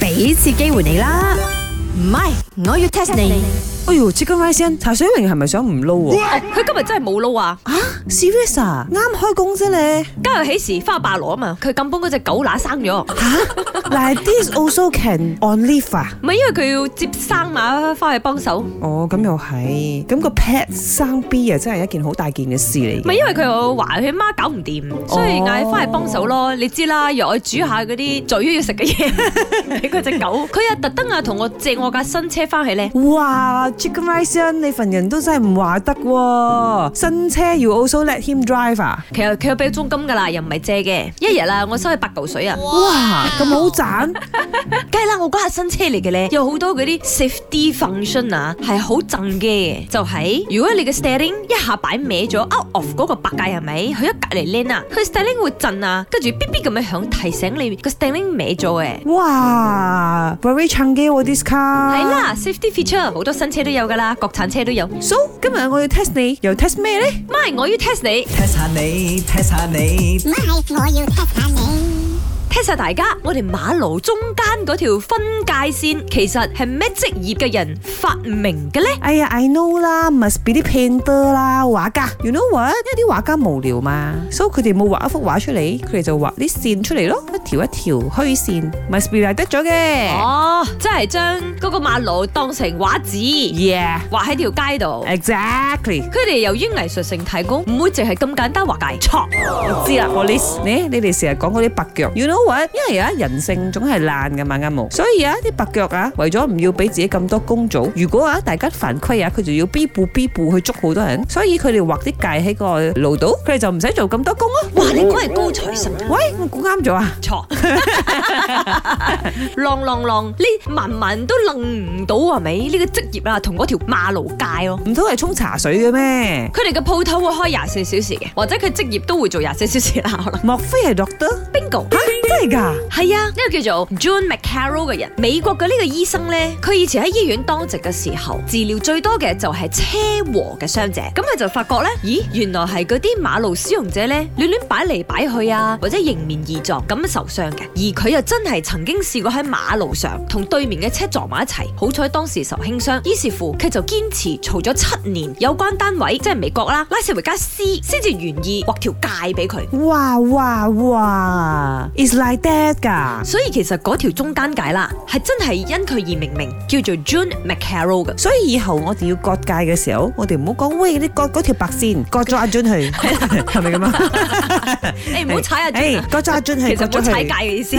俾次機會你啦。唔係，我要 test 你。哎呦，Chicken Rice 先，茶水榮係咪想唔撈啊？哦佢今日真係冇撈啊！啊，serious 啊，啱開工啫咧。家有喜事，花白羅啊嘛！佢咁幫嗰只狗乸生咗，唔嗱，this also can on leave 啊。係因為佢要接生馬翻去幫手，唔哦，咁又係，咁個 pet 生 B 啊，真係一件好大件嘅事係嚟嘅。因為佢又話佢媽搞唔掂，所以嗌翻去幫手咯。你知啦，又愛煮下嗰啲嘴要食 嘅嘢俾嗰只狗。佢又特登啊同我借我架新車翻去咧，哇，Chicken Rice 先，你份人都真係唔話得喎。新車要 also let him drive 啊。其實佢有俾咗租金㗎啦，又唔係借嘅。一日啊，我收佢八嚿水啊！哇，咁好賺，梗係啦，我嗰下新車嚟嘅咧，有好多嗰啲 safety function 啊，係好震嘅。就係、如果你嘅 steering 一下擺歪咗 out of 嗰個白界係咪？佢一隔離 lane 啊，佢 steering 會震啊，跟住嗶嗶咁樣響提醒你個 steering 歪咗嘅。哇，very 撐機喎 this car。係啦，safety feature 好多新車都有㗎啦，國產車都有。 ，so 今日我要 test 你，又 test 咩咧？咪我要 test 你 test 下你，test 下你 My, for you, Tiffany. ，test 下大家，我哋馬路中間嗰條分界線其實係咩職業嘅人發明嘅咧？哎呀，I know 啦，must be 啲 painter 啦，畫家。You know what？因為啲畫家無聊嘛，所以佢哋冇畫一幅畫出嚟，佢哋就畫啲線出嚟咯，一條一條虛線，must be 嚟得咗嘅。哦，即係將嗰個馬路當成畫紙。畫喺條街度。 Yeah，exactly。佢哋由於藝術性提高，唔會淨係咁簡單畫界錯。我知啦，我 list 你你哋成日講嗰啲白腳，you know what？因為而家人性總係爛噶嘛，啱冇？所以啊，啲白腳啊，為咗唔要俾自己咁多工做，如果啊大家犯規啊，佢就要 B 步 B 步去捉好多人，所以佢哋畫啲界喺個路度，佢哋就唔使做咁多工咯。哇！你果係高材生啊，喂，我估啱咗啊！ 錯。浪浪浪，你慢慢都楞唔到係咪？呢、個職業啊，同嗰條馬路界咯。唔通係沖茶水嘅咩？佢哋嘅鋪頭會開廿四小時嘅，或者佢職業都會做廿四小時啦。可能莫非係 doctor？ bingo。嚇，真係㗎？係啊，呢、個叫做 John McCarroll 嘅人，美國嘅呢個醫生呢，佢以前喺醫院當值嘅時候，治療最多嘅就係車禍嘅傷者。咁佢就發覺呢，咦，原來係嗰啲馬路使用者呢，亂亂擺嚟擺去啊，或者迎面而撞咁受傷嘅。而佢又真係曾經試過喺馬路上同對面嘅車撞埋一齊，好彩當時受輕傷。於是乎，佢就堅持嘈咗七年，有關單位即係美國啦，拉斯維加斯先至願意劃條界俾佢。哇哇哇！It's like that 㗎。所以其實嗰條中間界啦，係真係因佢而命名，叫做 June McCarroll 嘅。所以以後我哋要割界嘅時候，我哋唔好講喂，你割嗰條白線，割咗阿俊去，啊 係咪咁啊？誒唔好踩阿 June 啊誒割咗阿俊其去，實冇割咗佢踩界嘅意 思，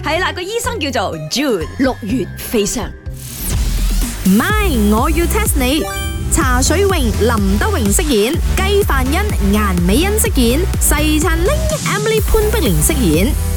係啦，個醫生叫做 June，六月飛上。唔係，我要 test 你。茶水榮、林德榮飾演，雞凡欣、顏美欣飾演，細陳玲、Emily 潘碧玲飾演。